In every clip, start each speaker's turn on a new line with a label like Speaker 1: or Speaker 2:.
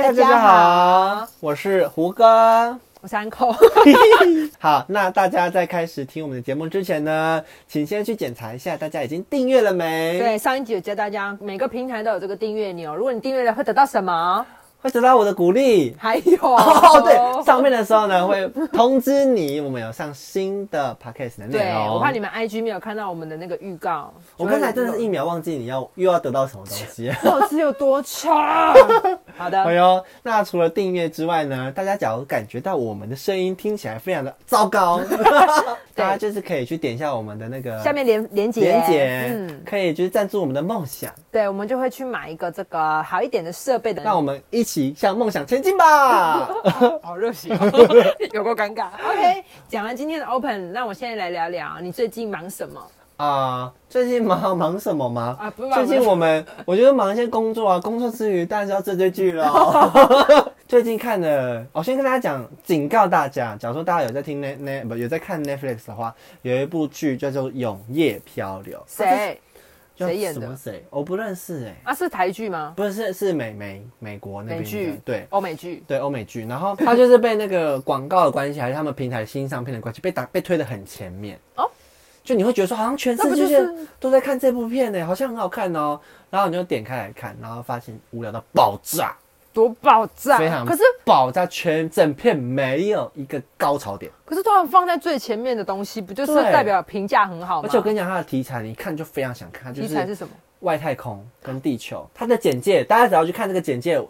Speaker 1: 大
Speaker 2: 家
Speaker 1: 好，
Speaker 2: 我是胡 歌。
Speaker 1: 我是 uncle。
Speaker 2: 好，那大家在开始听我们的节目之前呢，请先去检查一下大家已经订阅了没？，
Speaker 1: 对，上一集有教大家，每个平台都有这个订阅钮，如果你订阅了会得到什么？
Speaker 2: 会得到我的鼓励。
Speaker 1: 还有
Speaker 2: 哦，对，上面的时候呢会通知你我们有上新的 podcast 的内
Speaker 1: 对
Speaker 2: 容。
Speaker 1: 我怕你们 IG 没有看到我们的那个预告。
Speaker 2: 我刚才真的是一秒忘记你要又要得到什么东 西。
Speaker 1: 到底有多 长？好
Speaker 2: 哎
Speaker 1: 的，
Speaker 2: 呦，那除了订阅之外呢，大家假如感觉到我们的声音听起来非常的糟 糕， 大家就是可以去点一下我们的那个
Speaker 1: 下面连连接，
Speaker 2: 连结，
Speaker 1: 嗯，
Speaker 2: 可以就是赞助我们的梦想，
Speaker 1: 对，我们就会去买一个这个好一点的设备的。
Speaker 2: 让我们一起向梦想前 进吧。
Speaker 1: 好热血、哦， 有够尴尬。OK，讲完今天的 Open，那我现在来聊聊你最近忙什么？
Speaker 2: 啊、最近忙忙什么吗？
Speaker 1: 啊不忙
Speaker 2: 最近我们我觉得忙一些工作啊，工作之余当然是要追追剧了。 最近看的，哦我、先跟大家讲，警告大家，假如说大家有在听 net net 不有在看 Netflix 的话，有一部剧叫做《永夜漂流》，
Speaker 1: 谁？
Speaker 2: 叫
Speaker 1: 谁演
Speaker 2: 什
Speaker 1: 的
Speaker 2: 么谁？我不认识哎、
Speaker 1: 啊，是台剧吗？
Speaker 2: 不是是是美美美国那
Speaker 1: 美
Speaker 2: 边
Speaker 1: 剧
Speaker 2: 的，对。
Speaker 1: 欧美剧。
Speaker 2: 对欧美剧，然后他就是被那个广告的关系，还是他们平台新上片的关系，被打被推得很前面。
Speaker 1: 哦
Speaker 2: 哦，就你会觉得说，好像全世界
Speaker 1: 那不就是
Speaker 2: 都在看这部片呢、好像很好看哦。然后你就点开来看，然后发现无聊到爆炸，
Speaker 1: 多爆炸！
Speaker 2: 非常
Speaker 1: 啊可是
Speaker 2: 爆炸全整片没有一个高潮点。
Speaker 1: 可是通常放在最前面的东西，不就是
Speaker 2: 对
Speaker 1: 代表评价很好吗？
Speaker 2: 而且我跟你讲，它的题材你一看就非常想看，就
Speaker 1: 题材是
Speaker 2: 是
Speaker 1: 什么？
Speaker 2: 外太空跟地球。它的简介，大家只要去看这个简介。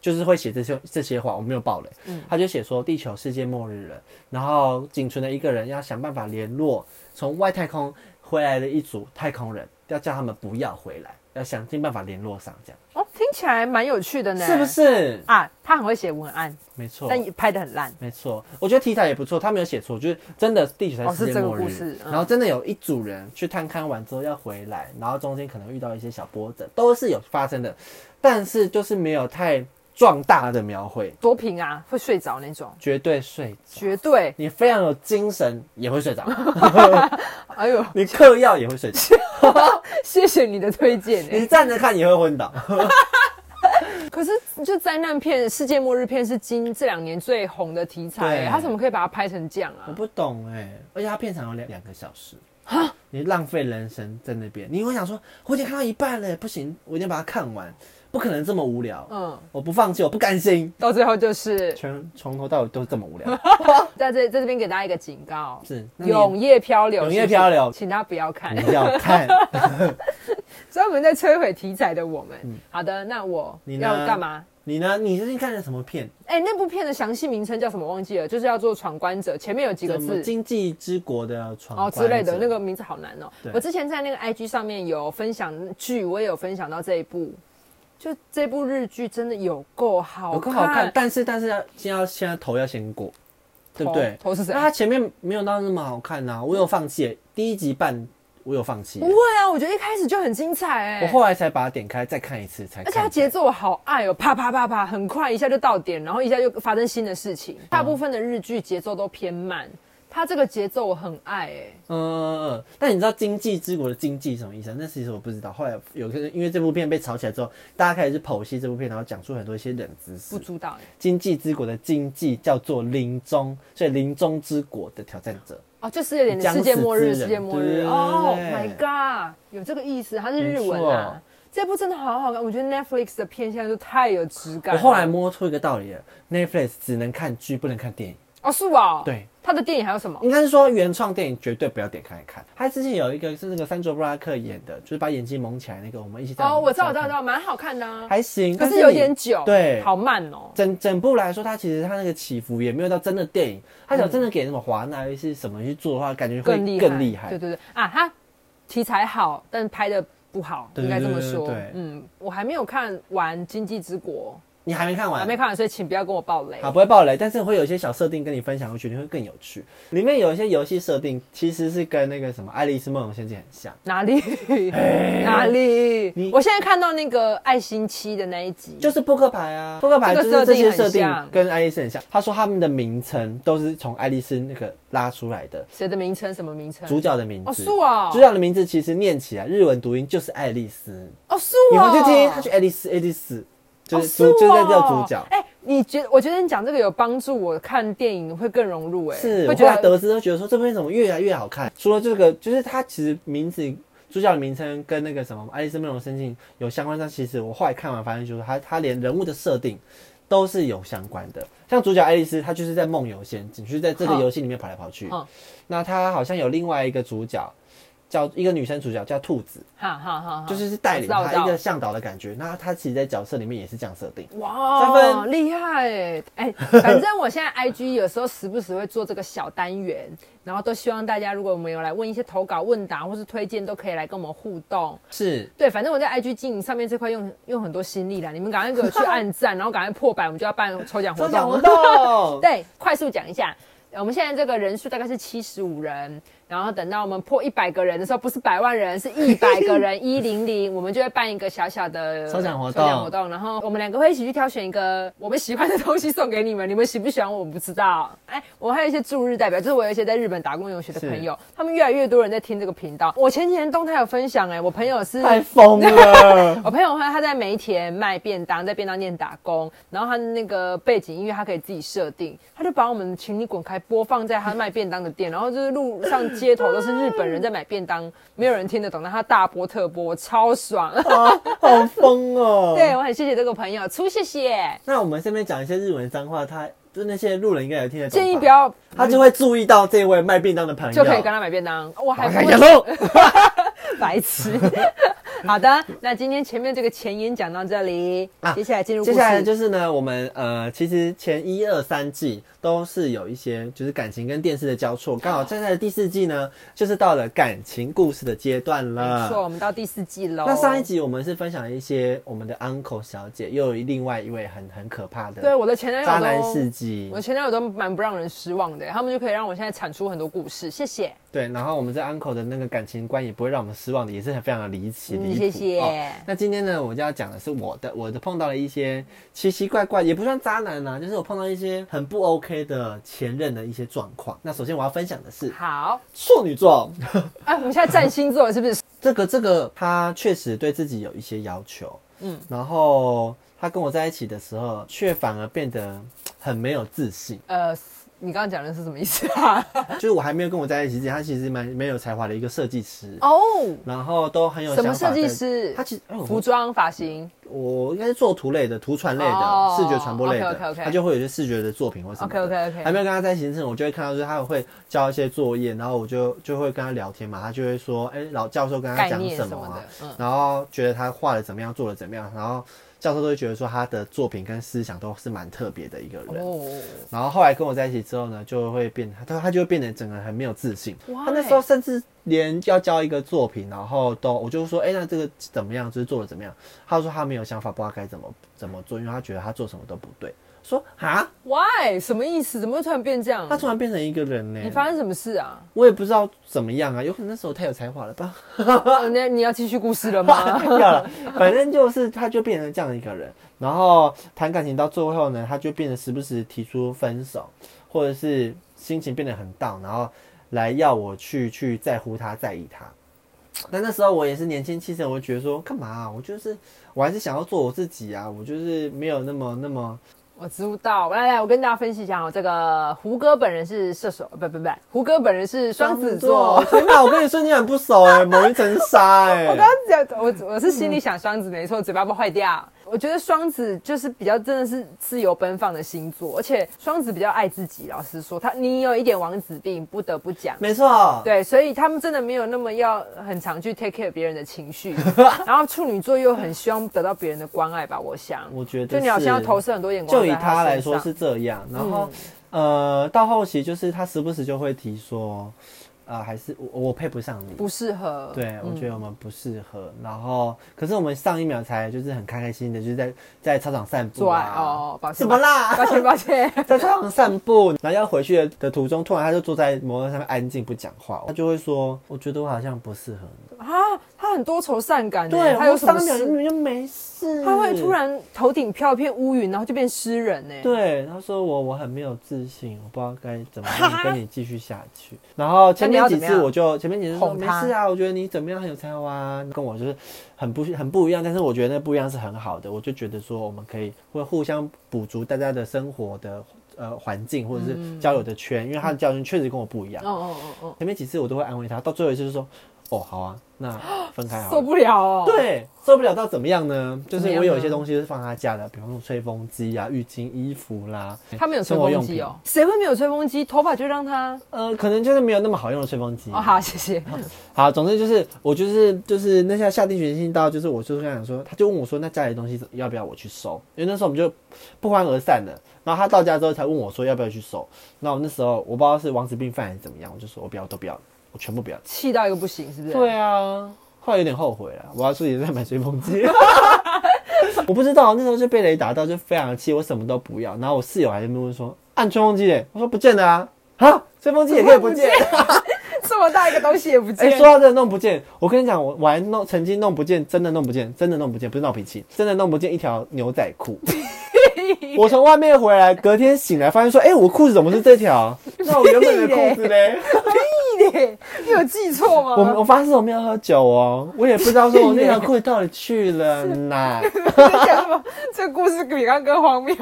Speaker 2: 就是会写这些这些话，我没有爆雷。
Speaker 1: 嗯
Speaker 2: 他就写说地球世界末日了，然后仅存的一个人要想办法联络从外太空回来的一组太空人，要叫他们不要回来，要想尽办法联络上，这样
Speaker 1: 哦，听起来蛮有趣的呢，
Speaker 2: 是不？哦是？
Speaker 1: 啊，他很会写文案，
Speaker 2: 没错，
Speaker 1: 但也拍的很烂。
Speaker 2: 没错，我觉得题材也不错，他没有写错，就是真的地球
Speaker 1: 哦
Speaker 2: 在世
Speaker 1: 是
Speaker 2: 界
Speaker 1: 这个
Speaker 2: 末
Speaker 1: 故
Speaker 2: 日，
Speaker 1: 事嗯
Speaker 2: 然后真的有一组人去探勘完之后要回来，然后中间可能遇到一些小波折，都是有发生的，但是就是没有太壮大的描绘，
Speaker 1: 多平啊，会睡着那种，
Speaker 2: 绝对睡着，
Speaker 1: 绝对。
Speaker 2: 你非常有精神也 会睡着，
Speaker 1: 哎呦，
Speaker 2: 你嗑药也会睡着，
Speaker 1: 谢谢你的推荐、
Speaker 2: 你站着看也会昏倒。
Speaker 1: 可是就灾难片、世界末日片是今这两年最红的题材、
Speaker 2: 对
Speaker 1: 他怎么可以把它拍成这样啊
Speaker 2: 我？不懂哎、而且它片长有两两个小时，你浪费人生在那边，你会想说，我已经看到一半了，不行，我一定要把它看完，不可能这么无聊。
Speaker 1: 嗯，
Speaker 2: 我不放弃，我不甘心。
Speaker 1: 到最后就是
Speaker 2: 全从头到尾都是这么 无聊，
Speaker 1: 在这在这边给大家一个警告，
Speaker 2: 是那你
Speaker 1: 永夜漂流，
Speaker 2: 永夜漂流
Speaker 1: 请大家不要看。
Speaker 2: 不要看。
Speaker 1: 专门在摧毁题材的我们。好的，那我
Speaker 2: 嗯你呢
Speaker 1: 要干嘛？
Speaker 2: 你呢？你最近看了什么片？
Speaker 1: 哎、那部片的详细名称叫什么忘记了，就是要做闯关者，前面有几个
Speaker 2: 什么
Speaker 1: 字。
Speaker 2: 经济之国的闯
Speaker 1: 哦
Speaker 2: 关
Speaker 1: 之类的
Speaker 2: 者
Speaker 1: 那个名字好难哦。
Speaker 2: 对
Speaker 1: 我之前在那个 IG 上面有分享剧，我也有分享到这一部，就这部日剧真的有够好看，
Speaker 2: 有个好看，但是但是要先要现在头要先过，对不对？
Speaker 1: 头哦头是谁
Speaker 2: 那？它前面没有到那么好看呐、我有放弃，第一集半我有放弃
Speaker 1: 不，会啊，我觉得一开始就很精彩哎、
Speaker 2: 我后来才把它点开再看一次才看。
Speaker 1: 而且它节奏我好爱哦，啪啪啪啪，很快一下就到点，然后一下就发生新的事情。大部分的日剧节奏都偏慢，它这个节奏我很爱哎、
Speaker 2: 嗯嗯，嗯嗯但你知道《经济之国》的“经济”什么意思啊？那其实我不知道。后来有个人因为这部片被炒起来之后，大家开始去剖析这部片，然后讲出很多一些冷知识
Speaker 1: 不。知道哎、
Speaker 2: 经济之国的经济叫做临终，所以临终之国的挑战者。
Speaker 1: 哦，就是有点
Speaker 2: 将
Speaker 1: 世界
Speaker 2: 死
Speaker 1: 末日，
Speaker 2: 之
Speaker 1: 世
Speaker 2: 人
Speaker 1: 界末日
Speaker 2: 对
Speaker 1: 哦
Speaker 2: 对
Speaker 1: ，My God，有这个意思，它是日文啊
Speaker 2: 没错。
Speaker 1: 这部真的好好看，我觉得 Netflix 的片现在都太有质感
Speaker 2: 我
Speaker 1: 了。
Speaker 2: 后来摸出一个道理了，Netflix 只能看剧，不能看电影。
Speaker 1: 哦是吧？
Speaker 2: 对，
Speaker 1: 他的电影还有什么？
Speaker 2: 应该是说原创电影绝对不要点开来看。他之前有一个是那个山卓布拉克演的，就是把眼睛蒙起来那个，我们一起在
Speaker 1: 哦，我知道，我知道，
Speaker 2: 看
Speaker 1: 我知道，蛮好看的啊，
Speaker 2: 还行，
Speaker 1: 可
Speaker 2: 但
Speaker 1: 是有
Speaker 2: 你
Speaker 1: 点久，
Speaker 2: 对
Speaker 1: 好慢哦。
Speaker 2: 整整部来说，它其实它那个起伏也没有到真的电影。它想真的给什么华纳还是什么去做的话，感觉会
Speaker 1: 嗯更厉害，
Speaker 2: 更厉害。
Speaker 1: 对对对啊，他题材好，但拍的不好，
Speaker 2: 对
Speaker 1: 应
Speaker 2: 对
Speaker 1: 该这么
Speaker 2: 对对
Speaker 1: 说
Speaker 2: 对。
Speaker 1: 嗯，我还没有看完《经济之国
Speaker 2: 你还没看》，
Speaker 1: 还
Speaker 2: 完
Speaker 1: 没，看完，所以请不要跟我爆雷
Speaker 2: 好，。不会爆雷，但是会有一些小设定跟你分享，我觉得会更有趣。里面有一些游戏设定其实是跟那个什么《爱丽丝梦游仙境》很像。
Speaker 1: 哪 里？哪里
Speaker 2: 哎你？
Speaker 1: 我现在看到那个爱心七的那一集，
Speaker 2: 就是扑克牌啊，扑克牌
Speaker 1: 这
Speaker 2: 就
Speaker 1: 个
Speaker 2: 是这些
Speaker 1: 设
Speaker 2: 设
Speaker 1: 定
Speaker 2: 定
Speaker 1: 很像
Speaker 2: 跟爱丽丝很像。他说他们的名称都是从爱丽丝那个拉出来的，
Speaker 1: 谁的名称？什么名称？
Speaker 2: 主角的名
Speaker 1: 哦，
Speaker 2: 字。
Speaker 1: 是哦，
Speaker 2: 主角的名字其实念起来日文读音就是爱丽丝，
Speaker 1: 哦，是
Speaker 2: 你
Speaker 1: 哦，
Speaker 2: 回去听，他去爱丽丝，爱丽丝，就是
Speaker 1: 哦
Speaker 2: 主，
Speaker 1: 哦
Speaker 2: 就在叫主角。
Speaker 1: 哎、你觉我觉得你讲这个有帮助，我看电影会更融入、哎，
Speaker 2: 是，
Speaker 1: 会
Speaker 2: 我后
Speaker 1: 觉
Speaker 2: 来
Speaker 1: 得
Speaker 2: 得知都觉得说这部片怎么越来越好看。除了这个，就是它其实名字主角的名称跟那个什么《爱丽丝梦游仙境》有相关，但其实我后来看完发现，就是它它连人物的设定都是有相关的。像主角爱丽丝，她就是在梦游仙境，就是在这个
Speaker 1: 好
Speaker 2: 游戏里面跑来跑去
Speaker 1: 好。
Speaker 2: 那她好像有另外一个主角。叫一个女生主角叫兔子，
Speaker 1: 哈哈哈，
Speaker 2: 就是是带领
Speaker 1: 我
Speaker 2: 她
Speaker 1: 知道
Speaker 2: 一个向导的感觉。那她其实，在角色里面也是这样设定。三
Speaker 1: 哇，
Speaker 2: 分
Speaker 1: 厉害哎、哎、反正我现在 IG 有时候时不时会做这个小单元，然后都希望大家如果我们有来问一些投稿、问答或是推荐，都可以来跟我们互动。
Speaker 2: 是，
Speaker 1: 对，反正我在 IG 经营上面这块用用很多心力啦，你们赶快给我去按赞，然后赶快破百，我们就要办抽奖活动。
Speaker 2: 抽奖活 动。
Speaker 1: 对，快速讲一下。我们现在这个人数大概是七十五人，然后等到我们破一百个人的时候，不是百万人，是一百个 人，一零零，我们就会办一个小小的
Speaker 2: 抽奖活动
Speaker 1: 抽奖活动，然后我们两个会一起去挑选一个我们喜欢的东西送给你们，你们喜不喜欢我不知道。哎，我还有一些驻日代表，就是我有一些在日本打工游学的朋友，他们越来越多人在听这个频道。我前几天动态有分享、哎，我朋友是
Speaker 2: 太疯了
Speaker 1: ！我朋友他他在梅田卖便当，在便当店打工，然后他那个背景音乐他可以自己设定，他就把我们《请你滚开》播放在他卖便当的店，然后就是路上街头都是日本人在买便当，没有人听得懂，但他大播特播，超爽。
Speaker 2: 啊，好疯哦！
Speaker 1: 对，我很谢谢这个朋友，粗谢谢，
Speaker 2: 那我们这边讲一些日文脏话，他就那些路人应该也听得懂吧。
Speaker 1: 建议不要
Speaker 2: 他就会注意到这位卖便当的朋友，
Speaker 1: 就可以跟他买便当，我还
Speaker 2: 打
Speaker 1: 不
Speaker 2: 开
Speaker 1: 会
Speaker 2: 眼喽。
Speaker 1: 白痴。 好的，那今天前面这个前言讲到这里，
Speaker 2: 啊
Speaker 1: 接下来进入故
Speaker 2: 接
Speaker 1: 事。
Speaker 2: 下来就是呢，我们呃，其实前一二三季都是有一些就是感情跟电视的交错，刚好现在的第四季呢，就是到了感情故事的阶段
Speaker 1: 没
Speaker 2: 了。
Speaker 1: 错，我们到第四季喽。
Speaker 2: 那上一集我们是分享了一些我们的 uncle 小姐，又有另外一位很很可怕
Speaker 1: 对
Speaker 2: 的
Speaker 1: 我的前男友
Speaker 2: 渣
Speaker 1: 都
Speaker 2: 男事迹。
Speaker 1: 我前男友都蛮不让人失望的，他们就可以让我现在产出很多故事，谢谢。
Speaker 2: 对，然后我们这 uncle 的那个感情观也不会让我们失望的，也是很非常的离奇
Speaker 1: 嗯
Speaker 2: 离谱。
Speaker 1: 谢谢
Speaker 2: 那今天呢，我就要讲的是我的，我的碰到了一些奇奇怪怪，也不算渣男啦、就是我碰到一些很不 OK 的前任的一些状况。那首先我要分享的是
Speaker 1: 好，
Speaker 2: 处女座，
Speaker 1: 哎、我们现在占星座了是不是？
Speaker 2: 这个这个他确实对自己有一些要求，
Speaker 1: 嗯
Speaker 2: 嗯，然后他跟我在一起的时候，却反而变得很没有自信。
Speaker 1: 呃，你刚刚讲的是什么意思啊？
Speaker 2: 就是我还没有跟我在一起之前，他其实蛮蛮有才华的一个设计 师，
Speaker 1: 哦，
Speaker 2: 然后都很有
Speaker 1: 什么
Speaker 2: 想法
Speaker 1: 设计
Speaker 2: 的
Speaker 1: 师
Speaker 2: 他？其实、哎我
Speaker 1: 服装、发型
Speaker 2: 我应该是做图类的、图传类的、
Speaker 1: 哦
Speaker 2: 视觉传播类的
Speaker 1: OK，OK，OK
Speaker 2: 他就会有一些视觉的作品或什么的。
Speaker 1: OK，OK，OK
Speaker 2: 还没有跟他在一起之前，我就会看到，就是他会交一些作业，然后我就就会跟他聊天嘛，他就会说，哎、老教授跟他
Speaker 1: 概
Speaker 2: 讲
Speaker 1: 念
Speaker 2: 什
Speaker 1: 什
Speaker 2: 么
Speaker 1: 么
Speaker 2: 啊
Speaker 1: 的？，嗯，
Speaker 2: 然后觉得他画的怎么样，做的怎么样，然后教授都会觉得说他的作品跟思想都是蛮特别的一个人。
Speaker 1: 哦，
Speaker 2: 然后后来跟我在一起之后呢，就会变他他就会变得整个人很没有自信。
Speaker 1: Why？
Speaker 2: 他那时候甚至连要交一个作品，然后都我就说，哎、那这个怎么样？就是做的怎么样？他说他没有想法，不知道该怎么怎么做，因为他觉得他做什么都不对。说啊，
Speaker 1: ，Why？什么意思？怎么会突然变这样
Speaker 2: 他？突然变成一个人呢、
Speaker 1: 你发生什么事啊？
Speaker 2: 我也不知道怎么样啊，有可能那时候太有才华了吧。啊
Speaker 1: 哦那你要继续故事了 吗？
Speaker 2: 掉了，反正就是他就变成这样一个人。然后谈感情到最后呢，他就变得时不时提出分手，或者是心情变得很 down，然后来要我去去在乎他、在意他。那那时候我也是年轻气盛，我就觉得说干嘛啊、我就是我还是想要做我自己啊，我就是没有那么那么
Speaker 1: 我知道，来来，我跟大家分析一下哦，这个胡歌本人是射手，不不不，胡歌本人是双子座。。
Speaker 2: 天啊哪，我跟你瞬间很不熟哎、某一层纱哎、
Speaker 1: 我刚刚讲，我我是
Speaker 2: 嗯
Speaker 1: 心里想双子没错，嘴巴不坏掉。我觉得双子就是比较真的是自由奔放的星座，而且双子比较爱自己。老实说，他你有一点王子病，不得不讲。
Speaker 2: 没错，
Speaker 1: 对，所以他们真的没有那么要很常去 take care 别人的情 绪，然后处女座又很希望得到别人的关爱吧，我想。
Speaker 2: 我觉得
Speaker 1: 就你好像要
Speaker 2: 是
Speaker 1: 投射很多眼光
Speaker 2: 就
Speaker 1: 在
Speaker 2: 以
Speaker 1: 身上。嗯
Speaker 2: 他来说是这样，然后、呃，到后期就是他时不时就会提说，啊，还是我我配不上你，
Speaker 1: 不嗯适合。啊
Speaker 2: 对我觉得我们不适合。然后，可是我们上一秒才就是很开开心的，就是在在操场散步
Speaker 1: 做爱
Speaker 2: 啊，
Speaker 1: 哦，抱歉，
Speaker 2: 怎么啦？
Speaker 1: 抱歉，抱歉。
Speaker 2: 在操场散步，然后要回去的的途中，突然他就坐在摩托车上面安静不讲话，他就会说，我觉得我好像不适合你。
Speaker 1: 啊，他他很多愁善感的、
Speaker 2: 对，
Speaker 1: 他有
Speaker 2: 我
Speaker 1: 什么
Speaker 2: 三秒
Speaker 1: 事？
Speaker 2: 你就没事，
Speaker 1: 他会突然头顶飘一片乌云，然后就变诗人欸呢、，
Speaker 2: 对，他说我我很没有自信，我不知道该怎么样跟你继续下去。然后前面
Speaker 1: 那你要
Speaker 2: 几
Speaker 1: 怎么
Speaker 2: 次
Speaker 1: 样
Speaker 2: 我就前面几次说
Speaker 1: 哄
Speaker 2: 没
Speaker 1: 他
Speaker 2: 事啊，我觉得你怎么样很有才华啊，跟我就是很不很不一样，但是我觉得那不一样是很好的，我就觉得说我们可以会互相补足大家的生活的呃环境或者是交友的圈，因为他的交友圈确实跟我不一样。
Speaker 1: 嗯哦哦哦
Speaker 2: 前面几次我都会安慰他，到最后一次就说哦好啊， 那分开
Speaker 1: 哦，
Speaker 2: 好
Speaker 1: 受
Speaker 2: 了。
Speaker 1: 不了哦。，
Speaker 2: 对，受不了到怎么样呢？就是
Speaker 1: 怎么样
Speaker 2: 我有一些
Speaker 1: 呢
Speaker 2: 东西是放他家的，比方说吹风机啊、浴巾、衣服啦。
Speaker 1: 他们有吹
Speaker 2: 生活
Speaker 1: 风
Speaker 2: 用
Speaker 1: 机
Speaker 2: 品
Speaker 1: 哦，谁会没有吹风机？头发就让他
Speaker 2: 呃，可能就是没有那么好用的吹风机。
Speaker 1: 哦，好，谢谢。
Speaker 2: 好，总之就是我就是就是那下下定决心到就是我就是跟他讲说，他就问我说那家里的东西要不要我去收？因为那时候我们就不欢而散了。然后他到家之后才问我说要不要去收。那我那时候我不知道是王子病犯还是怎么样，我就说我不要，都不要，我全部不要。
Speaker 1: 气到一个不行，是不是？
Speaker 2: 对啊，后来有点后悔了，我要自己再买吹风机。 我不知道那时候就被雷打到，就非常气，我什么都不要。然后我室友还在那边问说按吹风机嘞，我说不见了啊，啊，吹风机也可以不见。
Speaker 1: 这么大一个东西也不
Speaker 2: 哎、
Speaker 1: 见。
Speaker 2: 说到这个弄不见，我跟你讲，我我还弄曾经弄不见，真的弄不见，真的弄不见，不是闹脾气，真的弄不见一条牛仔裤。 我从外面回来，隔天醒来发现说，哎、我裤子怎么是这条？那我原本的裤子嘞？
Speaker 1: 屁嘞，你有记错吗？
Speaker 2: 我我发誓我没有喝酒哦，我也不知道说我那条裤子到底去了哪，
Speaker 1: 在讲什么？这故事比刚更荒谬，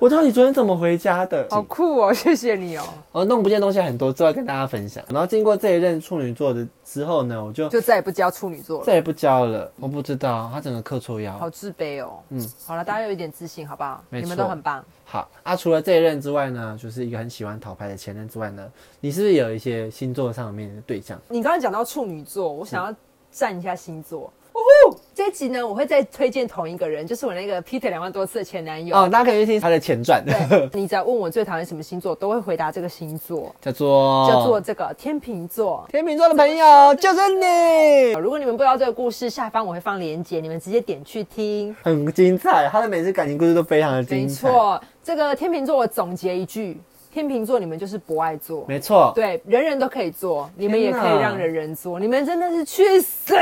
Speaker 2: 我到底昨天怎么回家的？
Speaker 1: 好酷哦！谢谢你哦，
Speaker 2: 哦，弄不见东西很多，之后跟大家分享。然后经过这一任处女座的之后呢，我就
Speaker 1: 就再也不教处女座了，
Speaker 2: 再也不交了。我不知道他整个刻错腰
Speaker 1: 好。自卑哦。
Speaker 2: 嗯
Speaker 1: 嗯，好了，大家有一点自信好不好？
Speaker 2: 没
Speaker 1: 你
Speaker 2: 错
Speaker 1: 们都很棒。
Speaker 2: 好啊，除了这一任之外呢，就是一个很喜欢讨牌的前任之外呢，你是不是有一些星座上面的对象？
Speaker 1: 你刚刚讲到处女座，我想要站一下星座。哦，嗯这一集呢，我会再推荐同一个人，就是我那个劈腿两万多次的前男友。
Speaker 2: 哦，大家可以去听他的前传，
Speaker 1: 对，你只要问我最讨厌什么星座，都会回答这个星座，
Speaker 2: 叫做
Speaker 1: 叫做这个天秤座。
Speaker 2: 天秤座的朋友就是你，
Speaker 1: 如果你们不知道这个故事，下方我会放链接，你们直接点去听。
Speaker 2: 很精彩。他的每次感情故事都非常的
Speaker 1: 没
Speaker 2: 精彩，，
Speaker 1: 错，这个天秤座我总结一句：天秤座你们就是不爱做，
Speaker 2: 没错。
Speaker 1: 对，人人都可以做，你们也
Speaker 2: 天哪
Speaker 1: 可以让人人做，你们真的是去死！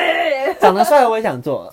Speaker 2: 长得帅我也想做，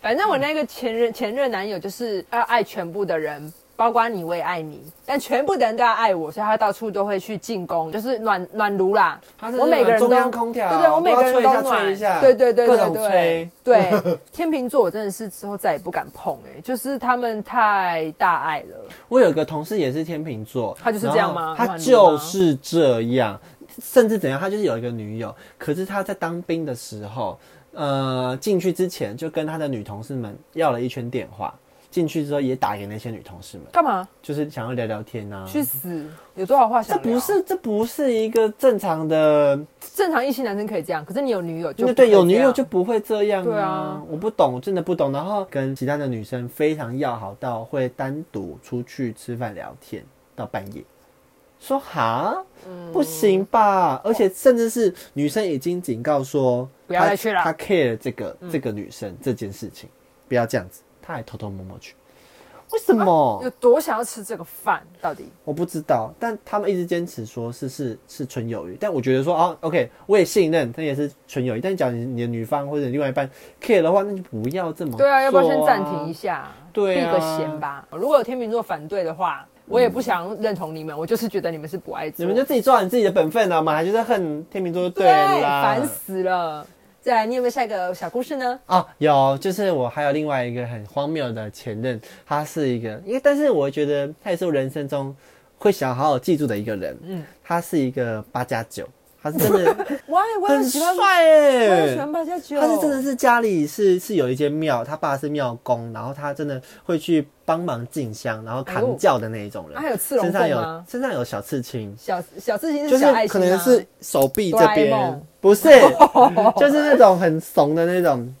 Speaker 1: 反正我那个前任前任男友就是要爱全部的人。包括你，我也爱你，但全部的人都要爱我，所以他到处都会去进攻，就是暖暖炉啦。
Speaker 2: 他是
Speaker 1: 我每个人都
Speaker 2: 中央空调
Speaker 1: 对对，我每个人
Speaker 2: 都
Speaker 1: 都
Speaker 2: 要
Speaker 1: 暖，
Speaker 2: 吹一下
Speaker 1: 对对对
Speaker 2: 各
Speaker 1: 对
Speaker 2: 种
Speaker 1: 对
Speaker 2: 吹
Speaker 1: 对。天秤座我真的是之后再也不敢碰、哎，就是他们太大爱了。
Speaker 2: 我有个同事也是天秤座，
Speaker 1: 他就是这样吗
Speaker 2: 然后他就是这样，甚至怎样，他就是有一个女友，可是他在当兵的时候，呃，进去之前就跟他的女同事们要了一圈电话，进去之后也打给那些女同事们，
Speaker 1: 干嘛？
Speaker 2: 就是想要聊聊天啊。
Speaker 1: 去死！有多少话
Speaker 2: 这
Speaker 1: 想聊？
Speaker 2: 不是这不是一个正常的，
Speaker 1: 正常异性男生可以这样，可是你有女友就
Speaker 2: 对
Speaker 1: 不
Speaker 2: 对，
Speaker 1: 可以这
Speaker 2: 有
Speaker 1: 样
Speaker 2: 女友就不会这样、啊。
Speaker 1: 对啊，
Speaker 2: 我不懂，真的不懂。然后跟其他的女生非常要好到会单独出去吃饭聊天到半夜，说哈，
Speaker 1: 嗯
Speaker 2: 不行吧？而且甚至是女生已经警告说
Speaker 1: 不要
Speaker 2: 她
Speaker 1: 再去了嗯
Speaker 2: 她 care 这个这个女生这件事情，不要这样子，她还偷偷摸摸去。
Speaker 1: 啊
Speaker 2: 为什么？
Speaker 1: 有多想要吃这个饭，到底
Speaker 2: 我不知道，但他们一直坚持说是是是纯友谊，但我觉得说哦，OK，我也信任，他也是纯友谊。但假如你你的女方或者你另外一半 care 的话，那就不要这么、
Speaker 1: 对啊，要不要先暂停一？下？
Speaker 2: 对
Speaker 1: 避
Speaker 2: 啊
Speaker 1: 个嫌吧。如果有天秤座反对的话，我也不想认同你们，我就是觉得你们是不爱做，
Speaker 2: 你们就自己做好你自己的本分啊，我们还就是恨天秤座就
Speaker 1: 对，
Speaker 2: 啦。
Speaker 1: 烦死了。再来，你有没有下一个小故事呢？
Speaker 2: 啊，有，就是我还有另外一个很荒谬的前任，他是一个，因为但是我觉得他也是我人生中会想好好记住的一个人。嗯
Speaker 1: 嗯，
Speaker 2: 他是一个八加九，他是真的
Speaker 1: 哇，我也
Speaker 2: 很
Speaker 1: 喜
Speaker 2: 帅
Speaker 1: 欢，我
Speaker 2: 哎、
Speaker 1: 也喜欢八加九，
Speaker 2: 他是真的是家里是是有一间庙，他爸是庙公，然后他真的会去帮忙进香，然后扛轿的那一种
Speaker 1: 哎
Speaker 2: 人。
Speaker 1: 哎呦啊还有刺龙
Speaker 2: 身上
Speaker 1: 凤
Speaker 2: 有
Speaker 1: 吗
Speaker 2: 身上有小刺青，
Speaker 1: 小小事情
Speaker 2: 就是是
Speaker 1: 小爱
Speaker 2: 可
Speaker 1: 心、啊，
Speaker 2: 能是手臂这
Speaker 1: 哆啦 A
Speaker 2: 边
Speaker 1: 梦，
Speaker 2: 不是，就是那种很怂的那种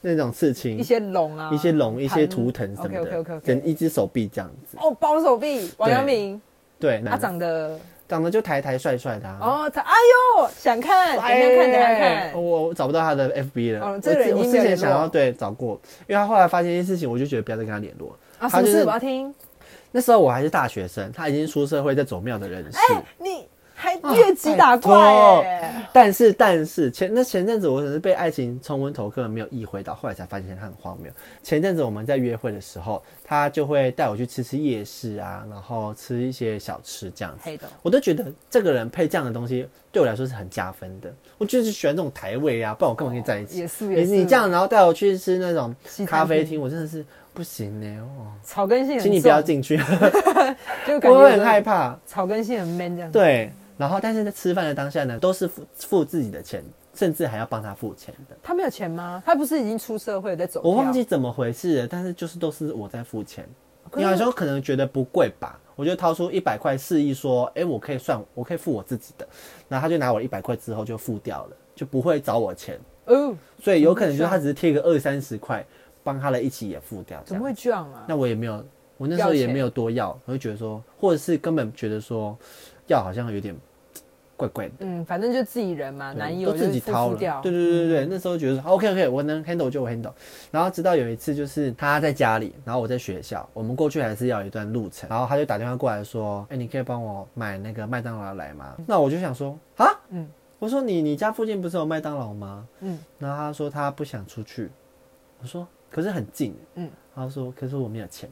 Speaker 2: 那种刺青，
Speaker 1: 一些龙啊，
Speaker 2: 一些龙、一些
Speaker 1: 盘
Speaker 2: 图腾什么
Speaker 1: OK，OK，OK，OK
Speaker 2: 的，跟一只手臂这样子。
Speaker 1: 哦，包手臂，王阳明，
Speaker 2: 对，
Speaker 1: 他
Speaker 2: 男的
Speaker 1: 啊长得
Speaker 2: 长得就台台帅帅的啊。
Speaker 1: 哦，他哎呦，想看，等一下看，等一下看。
Speaker 2: 哎我我找不到他的 FB 了。
Speaker 1: 哦这个人已经
Speaker 2: 我之
Speaker 1: 没有
Speaker 2: 前
Speaker 1: 联
Speaker 2: 想
Speaker 1: 络
Speaker 2: 要对找过，因为他后来发现一些事情，我就觉得不要再跟他联络了。
Speaker 1: 啊，
Speaker 2: 他
Speaker 1: 什么
Speaker 2: 就是
Speaker 1: 事？我要听。
Speaker 2: 那时候我还是大学生，他已经出社会在走庙的人士。
Speaker 1: 哎你还越级打怪哎、
Speaker 2: 但是但是前那前阵子我可能是被爱情冲昏头，根本没有意会到，后来才发现它很荒谬。前阵子我们在约会的时候，他就会带我去吃吃夜市啊，然后吃一些小吃这样子。
Speaker 1: 黑的
Speaker 2: 我都觉得这个人配这样的东西对我来说是很加分的。我就是喜欢这种台味啊，不然我干嘛跟你在一起？
Speaker 1: 也是
Speaker 2: 你
Speaker 1: 也是，
Speaker 2: 你这样，然后带我去吃那种
Speaker 1: 西餐
Speaker 2: 咖啡
Speaker 1: 厅
Speaker 2: 厅，我真的是不行呢、哦，
Speaker 1: 草根性很重，
Speaker 2: 请你不要进去，
Speaker 1: 就感 觉
Speaker 2: 我会很害怕。
Speaker 1: 草根性很 man 这样。，
Speaker 2: 对，然后但是在吃饭的当下呢，都是付付自己的钱，甚至还要帮他付钱的。
Speaker 1: 他没有钱吗？他不是已经出社会在走？
Speaker 2: 我忘记，怎么回事了，但是就是都是我在付钱。
Speaker 1: 可
Speaker 2: 你
Speaker 1: 是
Speaker 2: 有时候可能觉得不贵吧，我就掏出一百块示意说，哎、我可以算，我可以付我自己的。然后他就拿我一百块之后就付掉了，就不会找我钱。
Speaker 1: 哦，
Speaker 2: 所以有可能就是
Speaker 1: 怎么会
Speaker 2: 他只是贴个二三十块，帮他的一起也付掉。这
Speaker 1: 怎
Speaker 2: 样
Speaker 1: 么会这样啊？
Speaker 2: 那我也没有，我那时候也没有多要，我就觉得说，或者是根本觉得说，要好像有点怪怪的，
Speaker 1: 嗯，反正就自己人嘛，
Speaker 2: 对
Speaker 1: 男
Speaker 2: 都
Speaker 1: 友
Speaker 2: 自己
Speaker 1: 就是
Speaker 2: 掏
Speaker 1: 付
Speaker 2: 了。
Speaker 1: 出掉，嗯
Speaker 2: 对对对对，那时候觉得说 OK OK，我能 handle 就我 handle。然后直到有一次就是他在家里，然后我在学校，我们过去还是要有一段路程，然后他就打电话过来说，哎、你可以帮我买那个麦当劳来吗？那我就想说啊，
Speaker 1: 嗯
Speaker 2: 我说你你家附近不是有麦当劳吗？
Speaker 1: 嗯
Speaker 2: 然后他说他不想出去，我说可是很近，
Speaker 1: 嗯，
Speaker 2: 他说可是我没有钱。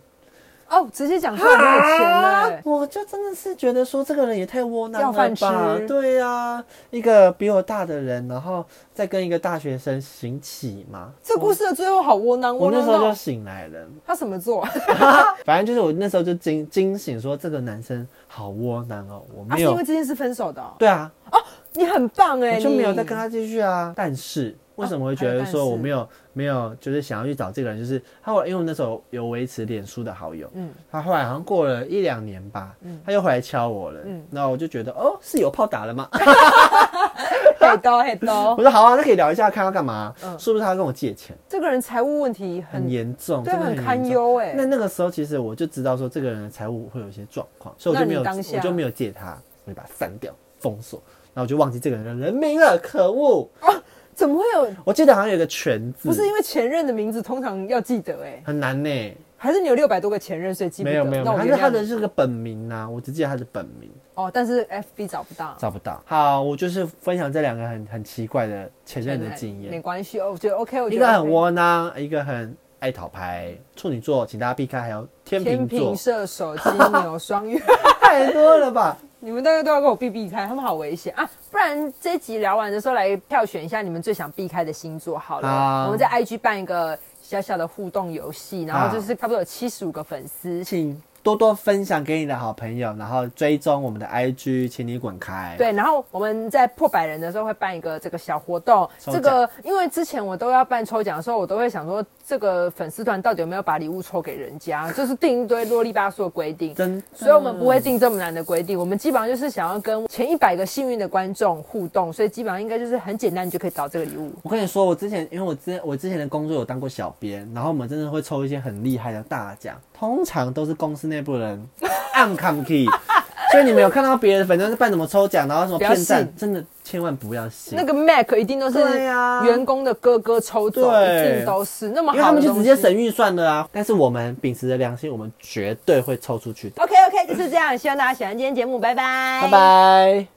Speaker 1: 哦，直接讲出来没有钱了、哎
Speaker 2: 啊我就真的是觉得说这个人也太窝囊
Speaker 1: 要
Speaker 2: 了
Speaker 1: 饭
Speaker 2: 吧？
Speaker 1: 吃
Speaker 2: 对呀、一个比我大的人，然后再跟一个大学生行乞嘛。
Speaker 1: 这故事的最后好窝囊，
Speaker 2: 我
Speaker 1: 窝
Speaker 2: 那
Speaker 1: 囊
Speaker 2: 时候
Speaker 1: 到
Speaker 2: 就醒来了，
Speaker 1: 他什么座？
Speaker 2: 反正就是我那时候就惊惊醒，说这个男生好窝囊哦，我
Speaker 1: 他、啊、
Speaker 2: 没
Speaker 1: 是因
Speaker 2: 有
Speaker 1: 为。这件事分手的哦、
Speaker 2: 对啊，
Speaker 1: 你很棒哎、
Speaker 2: 我
Speaker 1: 你
Speaker 2: 就没有再跟他继续啊。但是为什么会觉
Speaker 1: 还有
Speaker 2: 得
Speaker 1: 哦但
Speaker 2: 说我
Speaker 1: 是
Speaker 2: 没有没有，就是想要去找这个人，就是他后来因为我那时候有维持脸书的好友，
Speaker 1: 嗯
Speaker 2: 他后来好像过了一两年吧，他又回来敲我了，
Speaker 1: 嗯
Speaker 2: 那我就觉得哦是有炮打了吗？
Speaker 1: 黑刀黑刀
Speaker 2: 我，说好啊，那可以聊一下，看要干嘛？
Speaker 1: 哦嗯
Speaker 2: 是不是他跟我借钱？
Speaker 1: 这个人财务问题
Speaker 2: 很
Speaker 1: 很
Speaker 2: 严重，
Speaker 1: 对，
Speaker 2: 哦
Speaker 1: 啊
Speaker 2: 真的
Speaker 1: 很
Speaker 2: 严
Speaker 1: 堪
Speaker 2: 重。
Speaker 1: 忧哎、
Speaker 2: 那那个时候，其实我就知道说这个人的财务会有一些状况，所以我就没有，
Speaker 1: 那你当下
Speaker 2: 我就没有借他，我就把他删掉、封锁，然后我就忘记这个人的人名了，可恶！
Speaker 1: 怎么会有？
Speaker 2: 我记得好像有个全字，
Speaker 1: 不是因为前任的名字通常要记得哎、
Speaker 2: 很难呢、
Speaker 1: 还是你有六百多个前任，所以记不得？
Speaker 2: 没有没有，
Speaker 1: 那我
Speaker 2: 他
Speaker 1: 原
Speaker 2: 是
Speaker 1: 谅
Speaker 2: 他的
Speaker 1: 你
Speaker 2: 是个本名呐、我只记得他的本名，
Speaker 1: 哦，但是 FB 找不到。
Speaker 2: 找不到。好，我就是分享这两个很很奇怪的前任的
Speaker 1: 对
Speaker 2: 经验
Speaker 1: 没，关系哦，我觉得 OK，我觉
Speaker 2: 一
Speaker 1: 得
Speaker 2: 个
Speaker 1: OK、
Speaker 2: 很窝囊，一个很爱讨牌，处女座，请大家避开，还有天
Speaker 1: 天
Speaker 2: 秤
Speaker 1: 平、
Speaker 2: 座，
Speaker 1: 射手、金 牛、双鱼，
Speaker 2: 太多了吧？
Speaker 1: 你们大家都要跟我避避开，他们好危险啊！不然这一集聊完的时候来票选一下你们最想避开的星座好了。
Speaker 2: 好
Speaker 1: 我们在 IG 办一个小小的互动游戏，然后就是差不多有七十五个粉丝。
Speaker 2: 请多多分享给你的好朋友，然后追踪我们的 IG，请你滚开。，
Speaker 1: 对，然后我们在破百人的时候会办一个这个小活动。
Speaker 2: 抽
Speaker 1: 这个因为之前我都要办抽奖的时候，我都会想说，这个粉丝团到底有没有把礼物抽给人家？ 就是定一堆啰里吧嗦的规定。
Speaker 2: 真
Speaker 1: 所以我们不会定这么难的规定，我们基本上就是想要跟前一百个幸运的观众互动，所以基本上应该就是很简单，你就可以找这个礼物。
Speaker 2: 我跟你说，我之前因为我之前我之前的工作有当过小编，然后我们真的会抽一些很厉害的大奖，通常都是公司内部 人暗 come key。所以你们有看到别人反正是办什么抽奖，然后什么
Speaker 1: 不要
Speaker 2: 骗赞
Speaker 1: 信，
Speaker 2: 真的千万不要信。
Speaker 1: 那个 Mac 一定都是
Speaker 2: 对啊
Speaker 1: 员工的哥哥抽走，一
Speaker 2: 对
Speaker 1: 定都是那么
Speaker 2: 因为
Speaker 1: 好
Speaker 2: 他
Speaker 1: 的
Speaker 2: 们就
Speaker 1: 东
Speaker 2: 直
Speaker 1: 西
Speaker 2: 接。省预算了啊！但是我们秉持着良心，我们绝对会抽出去的。
Speaker 1: OK OK，就是这样，希望大家喜欢今天节目，拜拜，
Speaker 2: 拜。拜。